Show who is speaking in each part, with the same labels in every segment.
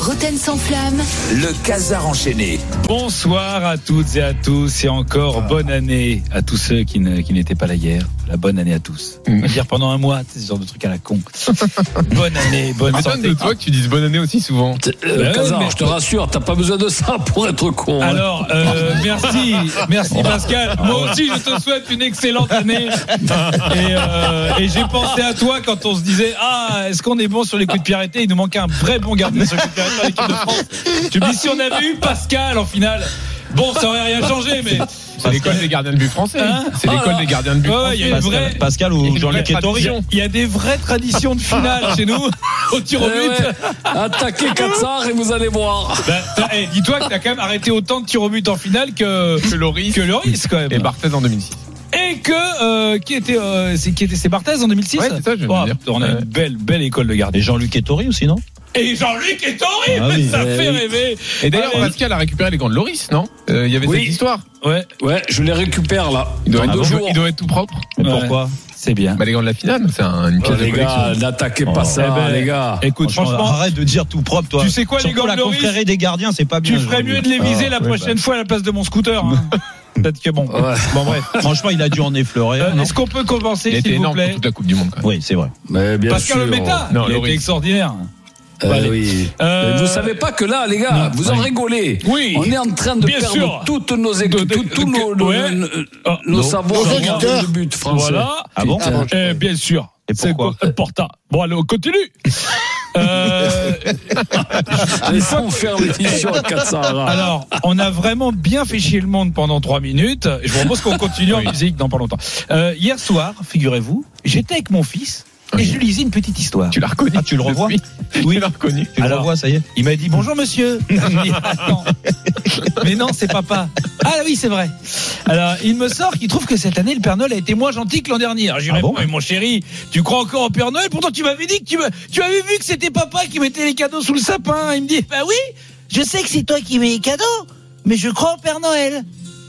Speaker 1: Roten sans flamme.
Speaker 2: le casar enchaîné.
Speaker 3: Bonsoir à toutes et à tous et encore bonne année à tous ceux qui, ne- qui n'étaient pas là hier. La bonne année à tous. On va dire pendant un mois, c'est ce genre de truc à la con. bonne année, bonne
Speaker 4: M'étonne
Speaker 3: santé.
Speaker 4: de toi que tu dises bonne année aussi souvent.
Speaker 3: Bah ouais,
Speaker 5: Kazar,
Speaker 3: mais-
Speaker 5: Ben je te rassure, t'as pas besoin de ça pour être con. hein.
Speaker 3: Alors, euh, merci, merci Pascal. Moi aussi, je te souhaite une excellente année. Et, euh, et j'ai pensé à toi quand on se disait Ah, est-ce qu'on est bon sur les coups de pied arrêtés Il nous manquait un vrai bon gardien sur les coups de pied arrêtés en équipe de France. Tu me dis si on avait eu Pascal en finale, bon, ça aurait rien changé, mais.
Speaker 4: C'est l'école des gardiens de but français.
Speaker 3: Hein
Speaker 4: c'est l'école des gardiens de but
Speaker 3: Ouais,
Speaker 4: français.
Speaker 3: Oh, il y a une vraie-
Speaker 6: Pascal
Speaker 4: Il y a
Speaker 6: ou
Speaker 4: une
Speaker 6: Jean-Luc
Speaker 4: vraie
Speaker 6: Ettori.
Speaker 4: tradition.
Speaker 3: Il y a des vraies traditions de finale chez nous, au tir
Speaker 5: Eh
Speaker 3: au but.
Speaker 5: ouais, attaquez Katsar et vous allez voir.
Speaker 3: Bah, t'as- eh, Dis-toi que t'as quand même arrêté autant de tirs au but en finale que,
Speaker 4: Que Loris
Speaker 3: que Loris, quand même.
Speaker 4: et Barthez en 2006.
Speaker 3: Et que euh, qui était euh, c'est qui était c'est Barthez en 2006.
Speaker 4: Ouais, c'est ça, je viens de
Speaker 3: Oh,
Speaker 4: dire.
Speaker 3: putain, On a
Speaker 4: Ouais.
Speaker 3: une belle belle école de
Speaker 6: Et
Speaker 3: gardien.
Speaker 6: Jean-Luc Ettori aussi, non
Speaker 3: Et Jean-Luc est horrible,
Speaker 6: Ah oui.
Speaker 3: ça
Speaker 5: Eh
Speaker 3: fait
Speaker 5: oui.
Speaker 3: rêver.
Speaker 4: Et d'ailleurs,
Speaker 3: Allez.
Speaker 4: Pascal a récupéré les gants de Loris, non Euh, Il y avait
Speaker 5: Oui.
Speaker 4: cette histoire.
Speaker 3: Ouais,
Speaker 5: Ouais, je les récupère là.
Speaker 4: Il doit,
Speaker 3: Ah
Speaker 5: dans
Speaker 4: être,
Speaker 5: deux
Speaker 4: il doit-
Speaker 5: jours.
Speaker 4: il doit être tout propre.
Speaker 6: Mais
Speaker 3: Ouais.
Speaker 6: Pourquoi C'est bien.
Speaker 4: Bah, les gants de la finale, c'est un- une
Speaker 5: Oh,
Speaker 4: pièce de
Speaker 5: les
Speaker 4: collection.
Speaker 5: gars, n'attaquez pas
Speaker 6: Oh.
Speaker 5: ça,
Speaker 3: Eh ben,
Speaker 5: les gars.
Speaker 3: écoute,
Speaker 6: Franchement,
Speaker 3: franchement,
Speaker 6: arrête de dire tout propre, toi.
Speaker 3: Tu sais quoi, les
Speaker 6: Surtout
Speaker 3: gars
Speaker 6: la
Speaker 3: de Loris
Speaker 6: confrérie des gardiens, c'est pas bien.
Speaker 3: tu ferais
Speaker 6: Jean-Luc.
Speaker 3: mieux de les viser la
Speaker 6: Ah, oui,
Speaker 3: prochaine
Speaker 6: bah.
Speaker 3: fois à la place de mon scooter. hein. Peut-être que bon.
Speaker 5: Ouais.
Speaker 3: Bon bref.
Speaker 6: Franchement, il a dû en effleurer.
Speaker 3: Euh,
Speaker 6: un, non
Speaker 3: Est-ce qu'on peut
Speaker 4: Il
Speaker 3: commencer
Speaker 4: était
Speaker 3: s'il vous
Speaker 4: énorme pour
Speaker 3: plaît
Speaker 4: toute la Coupe du Monde. quand même.
Speaker 6: Oui, c'est vrai.
Speaker 5: Mais bien
Speaker 3: Pascal
Speaker 5: sûr.
Speaker 3: Lemeta,
Speaker 4: Non,
Speaker 3: il était
Speaker 4: Loris.
Speaker 3: extraordinaire.
Speaker 5: Eh
Speaker 3: Allez.
Speaker 5: oui.
Speaker 3: Euh,
Speaker 5: Mais Vous savez pas que là, les gars, vous en rigolez.
Speaker 3: Oui.
Speaker 5: On est en train de
Speaker 3: Bien
Speaker 5: perdre
Speaker 3: sûr.
Speaker 5: toutes nos éc-
Speaker 3: De- de-
Speaker 5: tout- tous
Speaker 3: de-
Speaker 5: nos,
Speaker 3: ouais.
Speaker 5: nos-
Speaker 3: Ah,
Speaker 5: nos
Speaker 3: non.
Speaker 5: savoirs
Speaker 3: Nos
Speaker 5: en garde
Speaker 3: auditeurs.
Speaker 5: de but français.
Speaker 3: Voilà.
Speaker 6: Ah bon
Speaker 5: Putain.
Speaker 3: Eh, bien sûr.
Speaker 6: Et
Speaker 3: C'est
Speaker 6: pourquoi
Speaker 3: important. Bon, allez, on continue. Euh,
Speaker 5: Laissons faire l'édition à Katsar.
Speaker 3: Alors, on a vraiment bien fait chier le monde pendant trois minutes. Je vous propose qu'on continue en musique dans pas longtemps. Euh, hier soir, figurez-vous, j'étais avec mon fils et
Speaker 4: Oui.
Speaker 3: je lisais une petite histoire.
Speaker 4: Tu l'as reconnu
Speaker 6: Ah, tu le
Speaker 4: je
Speaker 6: revois
Speaker 4: suis.
Speaker 6: Oui.
Speaker 4: Tu l'as reconnu.
Speaker 6: Tu le
Speaker 3: Alors-
Speaker 6: revois, ça y est.
Speaker 3: Il m'a dit bonjour monsieur. Je lui ai dit, Attends. Mais non, c'est papa. Ah oui, c'est vrai. Alors, il me sort qu'il trouve que cette année le Père Noël a été moins gentil que l'an dernier. Alors, je lui
Speaker 6: Ah
Speaker 3: réponds,
Speaker 6: bon
Speaker 3: mais mon chéri, tu crois encore au Père Noël Pourtant, tu m'avais dit que tu, me- tu avais vu que c'était papa qui mettait les cadeaux sous le sapin. Il me dit, bah oui, je sais que c'est toi qui mets les cadeaux, mais je crois au Père Noël.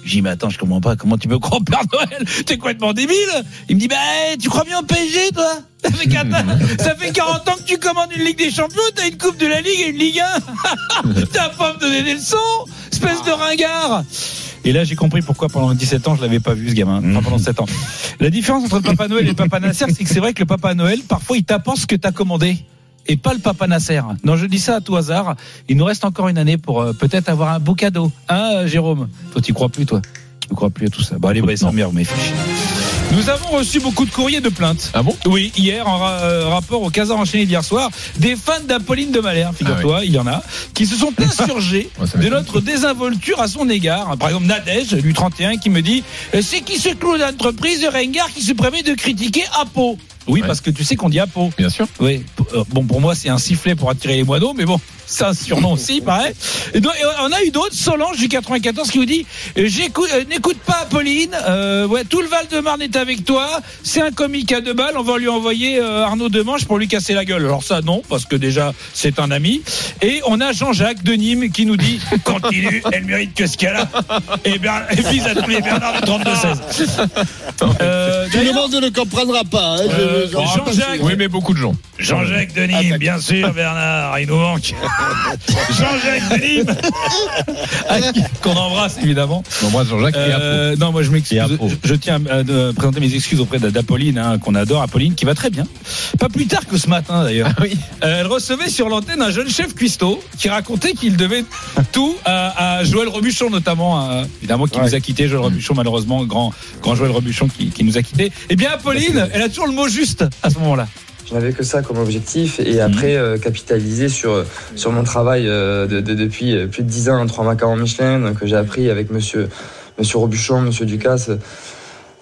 Speaker 3: J'ai dit, mais attends, je comprends pas. Comment tu peux croire au Père Noël T'es complètement débile. Il me dit, bah, tu crois bien au PSG, toi ça fait, 4 ça fait 40 ans que tu commandes une Ligue des Champions, t'as une Coupe de la Ligue et une Ligue 1. t'as pas à me donner des leçons, espèce de ringard. Et là, j'ai compris pourquoi pendant 17 ans, je l'avais pas vu, ce gamin. Enfin, pendant 7 ans. La différence entre le Papa Noël et le Papa Nasser, c'est que c'est vrai que le Papa Noël, parfois, il t'apprend ce que t'as commandé. Et pas le Papa Nasser. Non, je dis ça à tout hasard. Il nous reste encore une année pour euh, peut-être avoir un beau cadeau. Hein, euh, Jérôme Toi, t'y crois plus, toi Tu crois plus à tout ça. Bah, allez, bah, s'emmerde, mais fiche. Nous avons reçu beaucoup de courriers de plaintes.
Speaker 4: Ah bon
Speaker 3: Oui, hier, en ra- euh, rapport au casar enchaîné d'hier soir, des fans d'Apolline de Malherbe, figure-toi, il y en a, qui se sont insurgés
Speaker 4: Ouais, Ah ça
Speaker 3: de
Speaker 4: m'étonne.
Speaker 3: notre désinvolture à son égard. Par exemple, Nadège, du 31, qui me dit euh, C'est qui ce clown d'entreprise de Ringard qui se permet de critiquer Apo Oui,
Speaker 4: Ouais.
Speaker 3: parce que tu sais qu'on dit Apo.
Speaker 4: Bien sûr.
Speaker 3: Oui, p- euh, bon, pour moi, c'est un sifflet pour attirer les moineaux, mais bon, ça, sûrement aussi, pareil. Et donc, et on a eu d'autres, Solange du 94 qui vous dit euh, J'écoute- euh, N'écoute pas Apolline, euh, ouais, tout le Val-de-Marne est avec toi, c'est un comique à deux balles, on va lui envoyer euh, Arnaud Demanche pour lui casser la gueule. Alors, ça, non, parce que déjà, c'est un ami. Et on a Jean-Jacques de Nîmes qui nous dit Continue, elle mérite que ce qu'elle a. Et bien, et vise à tous les Bernard de 32-16. Euh,
Speaker 7: Tout le monde ne comprendra pas. hein, je-
Speaker 3: Euh,
Speaker 7: je- j'en suis
Speaker 3: Jean-Jacques,
Speaker 7: sûr.
Speaker 4: Oui, mais beaucoup de gens.
Speaker 3: Jean-Jacques Denis, bien sûr, Bernard, il nous manque. Jean-Jacques Denis, qu'on embrasse évidemment.
Speaker 4: Bon, moi, Jean-Jacques et Apo.
Speaker 3: Euh, non, moi je m'excuse.
Speaker 6: Et Apo.
Speaker 3: Je, je tiens à euh, présenter mes excuses auprès d'Apolline, hein, qu'on adore, Apolline, qui va très bien. Pas plus tard que ce matin d'ailleurs.
Speaker 4: Oui.
Speaker 3: Euh, elle recevait sur l'antenne un jeune chef cuistot qui racontait qu'il devait tout à, à Joël Rebuchon notamment, euh, évidemment qui nous a quitté, Joël Rebuchon malheureusement, grand grand Joël Rebuchon qui, qui nous a quitté. Eh bien Apolline, elle a toujours le mot juste à ce moment-là.
Speaker 8: Je n'avais que ça comme objectif et après euh, capitaliser sur, sur mon travail euh, de, de- depuis euh, plus de 10 ans, trois macarons Michelin, euh, que j'ai appris avec monsieur, monsieur Robuchon, monsieur Ducasse, euh,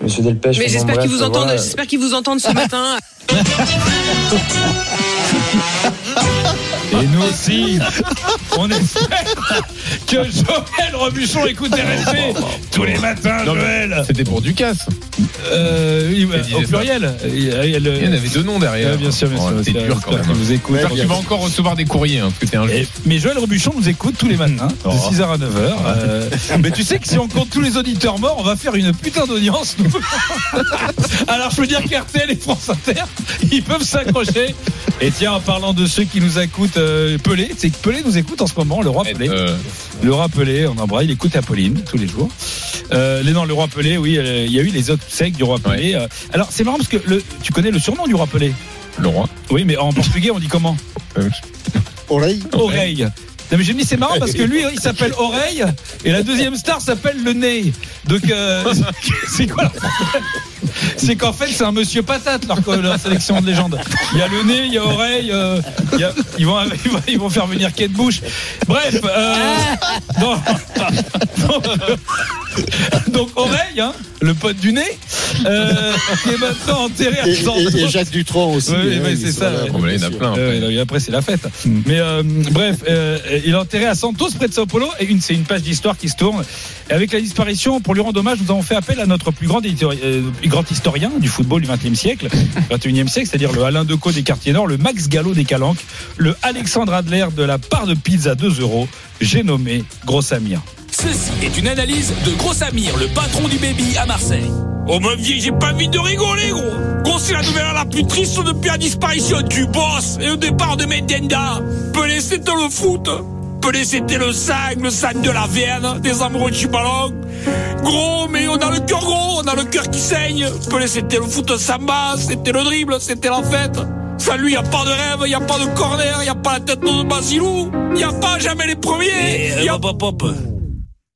Speaker 8: monsieur Delpech.
Speaker 9: Mais
Speaker 8: enfin,
Speaker 9: j'espère
Speaker 8: bref,
Speaker 9: qu'ils vous entendent.
Speaker 8: voilà.
Speaker 9: J'espère qu'ils vous entendent ce matin.
Speaker 6: Et nous aussi. On est
Speaker 3: Que Joël Rebuchon écoute RMC
Speaker 4: Oh,
Speaker 3: tous les matins,
Speaker 4: Non, mais-
Speaker 3: Joël.
Speaker 4: C'était pour Ducasse.
Speaker 3: Euh, oui,
Speaker 4: Qui disait
Speaker 3: au
Speaker 4: ça
Speaker 3: pluriel. Il y a- il y a le-
Speaker 4: Il y en avait deux noms derrière.
Speaker 3: Ouais, bien sûr, bien
Speaker 4: Oh,
Speaker 3: sûr.
Speaker 4: t'es
Speaker 3: parce que-
Speaker 4: dur quand
Speaker 3: parce
Speaker 4: même.
Speaker 3: que vous écoutez-
Speaker 4: J'espère que tu vas encore recevoir des courriers, hein, parce que t'es un
Speaker 3: Et- mais Joël Rebuchon nous écoute tous
Speaker 4: Mm.
Speaker 3: les matins,
Speaker 4: Oh.
Speaker 3: de 6h à 9h. mais tu sais que si on compte tous les auditeurs morts, on va faire une putain d'audience. nous. Alors je veux dire qu'RTL et France Inter, ils peuvent s'accrocher. Et tiens, en parlant de ceux qui nous écoutent, euh, Pelé, c'est que Pelé nous écoute en ce moment, le roi Pelé.
Speaker 4: Euh,
Speaker 3: Le roi Pelé, on embrasse, il écoute Apolline tous les jours. Euh, les- non, le roi Pelé, oui, euh, il y a eu les obsèques du roi Pelé. Euh, Alors c'est marrant parce que le, tu connais le surnom du roi Pelé
Speaker 4: le roi.
Speaker 3: Oui, mais en portugais, on dit comment
Speaker 7: Oreille
Speaker 3: Oreille. Non mais j'ai mis c'est marrant parce que lui il s'appelle Oreille et la deuxième star s'appelle le nez. Donc euh, c'est quoi leur problème C'est qu'en fait c'est un monsieur patate leur, leur sélection de légende. Il y a le nez, il y a Oreille, euh, il y a- ils, vont, ils vont- ils vont faire venir Kate Bush. Bref, euh, non. donc, euh, donc, Oreille, hein, le pote du nez, euh, qui est maintenant enterré à
Speaker 7: et, et- et
Speaker 3: Santos.
Speaker 7: Jacques Dutronc aussi.
Speaker 3: Oui,
Speaker 7: hein,
Speaker 3: oui,
Speaker 7: il
Speaker 3: c'est
Speaker 7: sera
Speaker 3: ça,
Speaker 7: là.
Speaker 3: ouais.
Speaker 4: Oh, mais là, il y en a plein.
Speaker 3: Ouais, ouais, non,
Speaker 4: après.
Speaker 9: Euh,
Speaker 3: mais Euh, après, c'est la fête. Mais euh, bref, euh, il est enterré à Santos, près de Sao Paulo. Et une, c'est une page d'histoire qui se tourne. Et avec la disparition, pour lui rendre hommage, nous avons fait appel à notre plus grand, éditori- euh, plus grand historien du football du XXe siècle, 21e siècle, c'est-à-dire le Alain Decaux des quartiers nord, le Max Gallo des Calanques, le Alexandre Adler de la part de pizza 2 euros. J'ai nommé Gros Samir.
Speaker 9: Ceci est une analyse de Gros Samir, le patron du baby à Marseille. Oh ma vieille, j'ai pas envie de rigoler gros Gros c'est la nouvelle la plus triste depuis la disparition du boss et le départ de Medenda. Pelé c'était le foot Pelé c'était le sang, le sang de la veine, des amoureux du ballon. Gros, mais on a le cœur gros, on a le cœur qui saigne. Pelé c'était le foot samba, c'était le dribble, c'était la fête. Sans lui, y a pas de rêve, y a pas de corner, y a pas la tête de Basilou, y a pas jamais les premiers. y a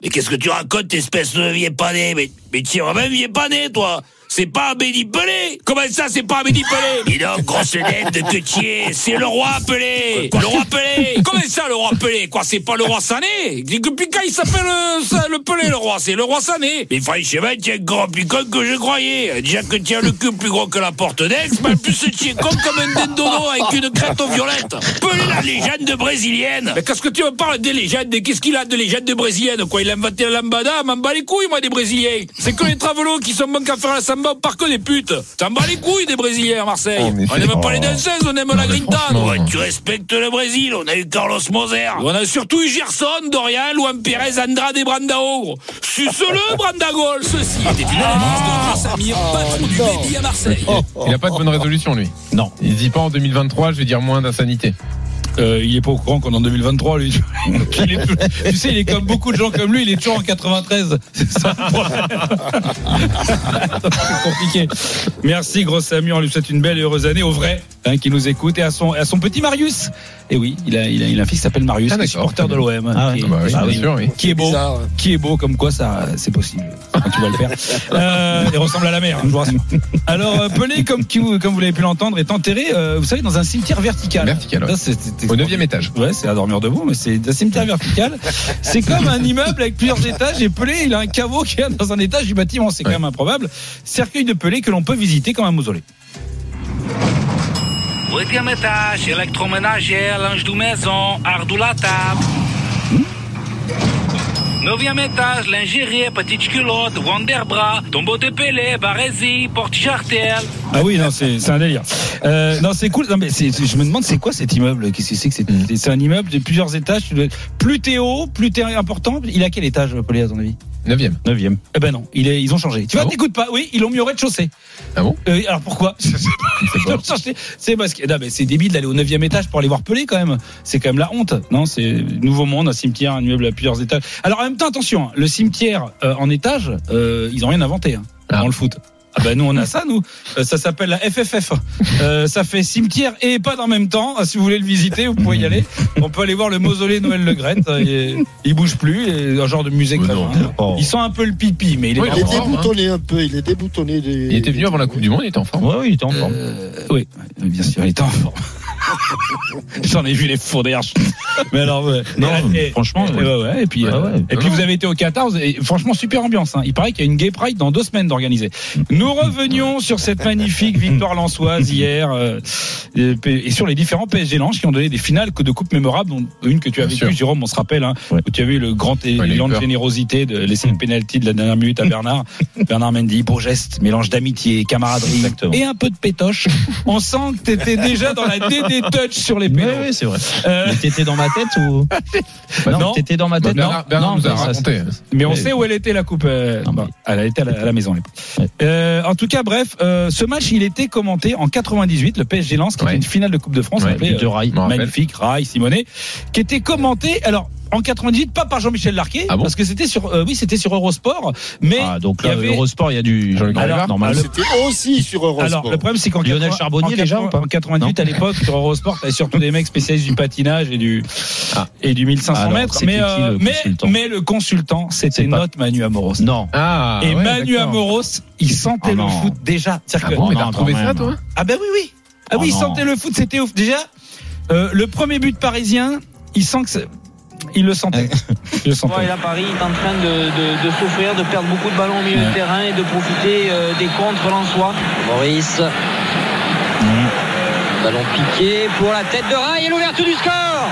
Speaker 9: mais qu'est-ce que tu racontes, espèce de vieille pané Mais, mais tu es vraiment vieille pané, toi C'est pas un Béni Pelé Comment ça, c'est pas un Béni Pelé Il est en grosse lettre de que tu es C'est le roi Pelé Le roi Pelé Comment ça, le roi Pelé Quoi, c'est pas le roi Sané Depuis quand il s'appelle euh, ça, le Pelé, le roi C'est le roi Sané Mais franchement, tu es grand plus con que je croyais Déjà que tu as le cul plus gros que la porte d'Aix, mais en plus tu es con comme un dendono avec une crête violette Pelé, la légende brésilienne Mais qu'est-ce que tu me parles des légendes Qu'est-ce qu'il a de légende brésilienne quoi Il a inventé la lambada, m'en bats les couilles moi des Brésiliens C'est que les travelots qui sont bons qu'à faire la samba au parc des putes T'en bats les couilles des Brésiliens à Marseille
Speaker 4: Oh, mais
Speaker 9: Eh, On
Speaker 4: c'est-
Speaker 9: n'aime pas les
Speaker 4: oh.
Speaker 9: danseuses, on aime la
Speaker 4: mais
Speaker 9: grinta
Speaker 4: franchement.
Speaker 9: nous. Tu respectes le Brésil, on a eu Carlos Moser On a surtout eu Gerson, Dorian, Luan Pérez, Andrade et Brandao gros. Suce-le Brandagol Ceci était une
Speaker 7: Ah.
Speaker 9: analyse de Gros Samir, patron du
Speaker 7: non.
Speaker 9: baby à Marseille
Speaker 4: Il a pas de bonne résolution, lui.
Speaker 3: Non.
Speaker 4: Il dit pas en 2023, je vais dire moins d'insanité.
Speaker 3: Euh, il est pas au courant qu'on est en 2023, lui. Il est plus- tu sais, il est comme beaucoup de gens comme lui, il est toujours en 93. C'est ça le problème. C'est compliqué. Merci, gros Samuel. On lui souhaite une belle et heureuse année au vrai, hein, qui nous écoute, et à son, à son petit Marius. Et oui, il a, il a, il a un fils qui s'appelle Marius,
Speaker 4: Ah,
Speaker 3: qui est
Speaker 4: d'accord.
Speaker 3: supporter de l'OM.
Speaker 6: Ah,
Speaker 3: qui,
Speaker 4: Ah bah oui,
Speaker 3: qui-
Speaker 4: bien sûr, oui.
Speaker 3: qui est beau.
Speaker 7: bizarre, ouais.
Speaker 3: Qui est beau, comme quoi ça, c'est possible. Quand tu vas le faire. Euh, il ressemble à la mer, hein, je vous rassure. Alors, euh, Pelé, comme, qui- comme vous l'avez pu l'entendre, est enterré, euh, vous savez, dans un cimetière vertical.
Speaker 4: Vertical, ouais.
Speaker 3: Ça, c'est- c'est-
Speaker 4: Au 9 étage.
Speaker 3: Ouais, c'est à dormir debout, mais c'est un cimetière vertical. C'est comme un immeuble avec plusieurs étages et Pelé, il a un caveau qui est dans un étage du bâtiment. C'est quand
Speaker 4: Ouais.
Speaker 3: même improbable. Cercueil de Pelé que l'on peut visiter comme un mausolée.
Speaker 9: Huitième étage, électroménager, linge de maison, art de la table. Neuvième étage, lingerie, petites culottes, Wonderbra, tombeau de Pelé, Barésie, porte chartel.
Speaker 3: Ah oui, non, c'est c'est un délire. Euh, non, c'est cool. Non, mais c'est- c'est- je me demande, c'est quoi cet immeuble Qu'est-ce que c'est que c'est c'est- C'est un immeuble de plusieurs étages. Tu dois- Plus t'es haut, plus t'es important. Il est à quel étage, Pelé, à ton avis
Speaker 4: 9e.
Speaker 6: 9ème.
Speaker 3: Eh ben non, il est, ils ont changé. Tu vois,
Speaker 4: Ah bon
Speaker 3: t'écoutes pas. Oui, ils l'ont mis au rez-de-chaussée.
Speaker 4: Ah bon
Speaker 3: Euh, alors pourquoi
Speaker 4: C'est
Speaker 3: Ils
Speaker 4: pas-
Speaker 3: l'ont changé. C'est parce que non, mais c'est débile d'aller au 9 étage pour aller voir Pelé quand même. C'est quand même la honte. Non, c'est nouveau monde, un cimetière, un immeuble à plusieurs étages. Alors en même temps, attention, hein, le cimetière euh, en étage, euh, ils ont rien inventé hein,
Speaker 4: Ah.
Speaker 3: dans le foot. Ah ben nous on a ça nous. Euh, ça s'appelle la FFF. Euh, ça fait cimetière et EHPAD en même temps. Si vous voulez le visiter, vous pouvez y aller. On peut aller voir le mausolée Noël Le Graët. Il, il bouge plus. Il est un genre de musée. hein.
Speaker 4: Oh
Speaker 3: crevin.
Speaker 4: non.
Speaker 6: Oh.
Speaker 3: Il sent un peu le pipi, mais il est
Speaker 4: Oui,
Speaker 3: pas
Speaker 7: Il est
Speaker 4: Au revoir,
Speaker 7: déboutonné un peu, il est déboutonné. des-
Speaker 4: Il était venu avant la Coupe du Monde, il était en forme.
Speaker 6: Euh, Ouais, oui, il était en forme.
Speaker 3: oui, bien sûr, il est en forme. J'en ai vu les fournages. Mais alors, ouais.
Speaker 6: Non,
Speaker 3: Et- et-
Speaker 6: franchement,
Speaker 3: et, ouais, ouais, et puis,
Speaker 6: Ouais,
Speaker 3: euh,
Speaker 6: ouais.
Speaker 3: et puis vous avez été au Qatar. vous avez- franchement, super ambiance. hein. Il paraît qu'il y a une gay pride dans deux semaines d'organiser. Nous revenions sur cette magnifique victoire lançoise hier euh, et et sur les différents PSG Langes qui ont donné des finales que de coupes mémorables, dont une que tu as
Speaker 4: Bien
Speaker 3: vécue,
Speaker 4: sûr.
Speaker 3: Jérôme. On se rappelle hein,
Speaker 6: Ouais.
Speaker 3: où tu as vu le grand é-
Speaker 4: Ouais, il a eu
Speaker 3: élan de
Speaker 4: peur.
Speaker 3: générosité de laisser
Speaker 6: Hmm.
Speaker 3: le penalty de la dernière minute à Bernard. Bernard Mendy, beau geste, mélange d'amitié, camaraderie
Speaker 6: Exactement.
Speaker 3: et un peu de pétoche. On sent que t'étais déjà dans la DD touch sur les
Speaker 6: Oui,
Speaker 3: pénaux.
Speaker 6: oui, c'est vrai.
Speaker 3: Euh,
Speaker 6: Mais T'étais dans ma tête ou
Speaker 4: Bah,
Speaker 6: Non, t'étais dans ma tête. non,
Speaker 4: Bernard, Bernard
Speaker 6: non,
Speaker 4: nous a
Speaker 6: bah, ça,
Speaker 4: raconté.
Speaker 3: Mais on
Speaker 6: Ouais.
Speaker 3: sait où elle était la coupe. euh,
Speaker 6: Non, mais-
Speaker 3: Elle était à la, à la maison. elle. Euh, en tout cas, bref, euh, ce match il était commenté en 98, le PSG Lens, qui
Speaker 4: Ouais.
Speaker 3: était une finale de Coupe de France,
Speaker 4: Ouais,
Speaker 3: appelée,
Speaker 6: but de
Speaker 3: euh,
Speaker 6: Rail.
Speaker 4: m'en rappelle.
Speaker 3: magnifique Rail Simonet, qui était commenté. Alors en 98, pas par Jean-Michel Larquet,
Speaker 4: Ah bon
Speaker 3: parce que c'était sur, euh, oui, c'était sur Eurosport, mais
Speaker 6: Ah, donc
Speaker 3: il y
Speaker 6: là,
Speaker 3: avait-
Speaker 6: Eurosport, il y a du.
Speaker 4: Jean-Luc
Speaker 6: Alors,
Speaker 4: Rivard
Speaker 6: normal.
Speaker 10: C'était aussi sur
Speaker 3: alors
Speaker 10: Eurosport.
Speaker 3: le problème c'est qu'en
Speaker 6: Lionel
Speaker 3: 80
Speaker 6: Charbonnier,
Speaker 3: en
Speaker 6: déjà,
Speaker 3: 80
Speaker 6: ou pas
Speaker 3: en 98 à l'époque sur Eurosport, t'avais surtout des mecs spécialistes du patinage et du
Speaker 4: Ah.
Speaker 3: et du 1500
Speaker 6: Alors,
Speaker 3: mètres,
Speaker 6: c'était
Speaker 3: mais
Speaker 6: qui,
Speaker 3: euh,
Speaker 6: le
Speaker 3: mais
Speaker 6: consultant
Speaker 3: mais le consultant c'était
Speaker 6: C'est pas-
Speaker 3: notre Manu Amoros.
Speaker 6: Non.
Speaker 4: Ah,
Speaker 3: et
Speaker 4: ouais,
Speaker 3: Manu
Speaker 4: d'accord.
Speaker 3: Amoros, il sentait
Speaker 6: Oh
Speaker 3: le
Speaker 6: non.
Speaker 3: foot déjà. C'est-à-dire
Speaker 4: Ah
Speaker 3: que-
Speaker 4: bon, mais
Speaker 6: Non,
Speaker 4: t'as retrouvé
Speaker 6: quand
Speaker 4: ça,
Speaker 6: même.
Speaker 4: toi
Speaker 3: ah ben oui, oui. Ah oui,
Speaker 6: Oh
Speaker 3: il
Speaker 6: non.
Speaker 3: sentait le foot, c'était ouf. Déjà, euh, le premier but parisien, il sent que c'est- il le sentait. Il le sentait.
Speaker 5: Et là, Paris est en train de, de- de souffrir, de perdre beaucoup de ballons au milieu de terrain et de profiter euh, des contres lensois. Maurice. Ballon piqué pour la tête de Rail et l'ouverture du score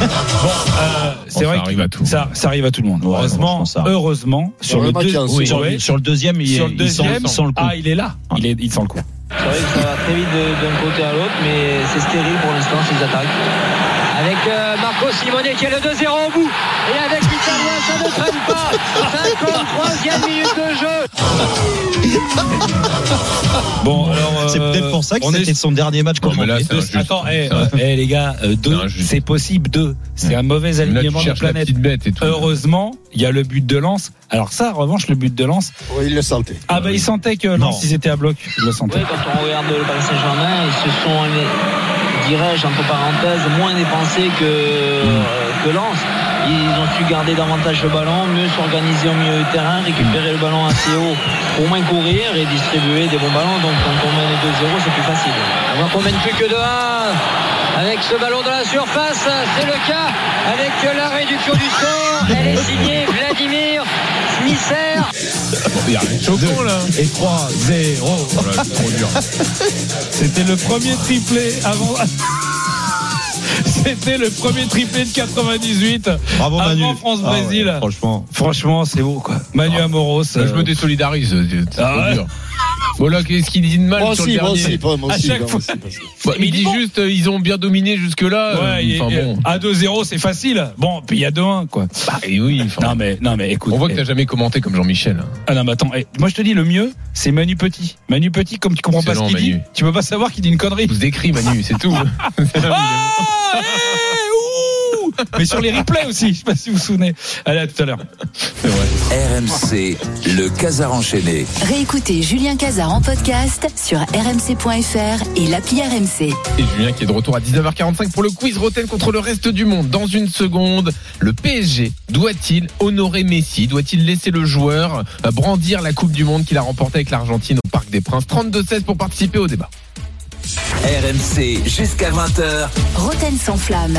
Speaker 3: euh, C'est vrai
Speaker 4: Ça arrive à
Speaker 3: que
Speaker 4: tout.
Speaker 3: ça, ça arrive à tout le monde.
Speaker 6: heureusement,
Speaker 3: Heureusement,
Speaker 6: ça arrive.
Speaker 3: heureusement, sur
Speaker 10: Sur
Speaker 3: le
Speaker 10: le match,
Speaker 3: deux-
Speaker 10: hein,
Speaker 3: oui,
Speaker 6: Oui,
Speaker 3: sur
Speaker 6: sur,
Speaker 3: le-
Speaker 6: sur le deuxième, il,
Speaker 3: sur le
Speaker 6: il sent-
Speaker 3: deuxième,
Speaker 6: il sent le coup.
Speaker 3: ah, il est là. Il, est, il sent le coup.
Speaker 5: C'est vrai que ça va très vite de- d'un côté à l'autre, mais c'est stérile pour l'instant ces attaques. Avec euh, Marco Simonet qui est le 2-0 au bout. Et avec l'Italien, ça ne traîne pas. 53e minute de jeu.
Speaker 3: Bon, alors.
Speaker 6: C'est
Speaker 3: euh,
Speaker 6: peut-être pour ça que
Speaker 3: on est
Speaker 6: c'était son dernier match
Speaker 4: Non, mais là,
Speaker 6: commenté.
Speaker 4: c'est injuste.
Speaker 3: Attends, eh, euh, eh, les gars, euh,
Speaker 4: C'est
Speaker 3: deux,
Speaker 4: injuste.
Speaker 3: c'est possible deux. C'est
Speaker 4: Ouais.
Speaker 3: un mauvais
Speaker 4: Là, tu
Speaker 3: alignement de la
Speaker 4: cherches la
Speaker 3: planète.
Speaker 4: petite bête et tout.
Speaker 3: Heureusement, il y a le but de lance. Alors ça, en revanche, le but de lance.
Speaker 10: Oui, il le sentait.
Speaker 3: Ah bah il sentait que lance, ils étaient à bloc. Je le sentais.
Speaker 5: Oui, quand on regarde le Paris Saint-Germain, ils se sont, euh, dirais-je, entre parenthèses, moins dépensés que, euh, que Lens. Ils ont su garder davantage le ballon, mieux s'organiser au milieu du terrain, récupérer le ballon assez haut pour moins courir et distribuer des bons ballons. Donc quand on mène 2-0, c'est plus facile. On ne mène plus que 2-1 avec ce ballon dans la surface. C'est le cas avec la réduction du score. Elle est signée Vladimir Smisser.
Speaker 4: Il y a rien de choquant, là.
Speaker 3: Et 3-0.
Speaker 4: Oh là, c'est trop dur.
Speaker 3: C'était le premier triplé avant. C'était le premier triplé de 98.
Speaker 6: Bravo
Speaker 3: Avant
Speaker 6: Manu.
Speaker 3: France-Brésil.
Speaker 6: Ah ouais, franchement.
Speaker 3: Franchement, c'est beau quoi. Manu Amoros.
Speaker 10: Ah,
Speaker 4: Moi, je
Speaker 3: euh,
Speaker 4: me désolidarise. C'est trop
Speaker 3: Ah ouais.
Speaker 4: dur. Bon, là, qu'est-ce qu'il dit de mal
Speaker 10: Moi
Speaker 4: sur le
Speaker 10: aussi, moi
Speaker 4: dernier
Speaker 10: aussi, pas- moi
Speaker 3: À
Speaker 10: aussi.
Speaker 3: chaque
Speaker 10: moi
Speaker 3: fois.
Speaker 10: aussi, pas-
Speaker 4: Ouais, mais
Speaker 3: Il
Speaker 4: il
Speaker 3: est
Speaker 4: dit
Speaker 3: bon.
Speaker 4: juste, euh, ils ont bien dominé jusque-là. euh,
Speaker 3: ouais, et-
Speaker 4: enfin,
Speaker 3: et-
Speaker 4: bon.
Speaker 3: à 2-0, c'est facile. Bon, puis il y a 2-1 quoi.
Speaker 4: Bah, et oui, enfin,
Speaker 3: Non mais, non mais écoute.
Speaker 4: on voit
Speaker 3: eh,
Speaker 4: que t'as jamais commenté comme Jean-Michel. hein.
Speaker 3: Ah non, mais attends, eh, moi je te dis, le mieux, c'est Manu Petit. Manu Petit, comme tu comprends pas ce
Speaker 4: Excellent,
Speaker 3: qu'il dit,
Speaker 4: Manu.
Speaker 3: tu peux pas savoir qu'il dit une connerie.
Speaker 4: Il se décrit, Manu, c'est tout.
Speaker 3: Ah eh, ouh Mais sur les replays aussi, je sais pas si vous vous souvenez. Allez, à tout à l'heure.
Speaker 2: RMC, le casar enchaîné.
Speaker 1: Réécoutez Julien Cazard en podcast sur rmc.fr et l'appli RMC.
Speaker 4: Et Julien qui est de retour à 19h45 pour le quiz Roten contre le reste du monde. Dans une seconde, le PSG doit-il honorer Messi Doit-il laisser le joueur euh, brandir la Coupe du Monde qu'il a remportée avec l'Argentine au Parc des Princes 32-16 pour participer au débat.
Speaker 2: RMC jusqu'à 20h.
Speaker 1: Roten sans flamme.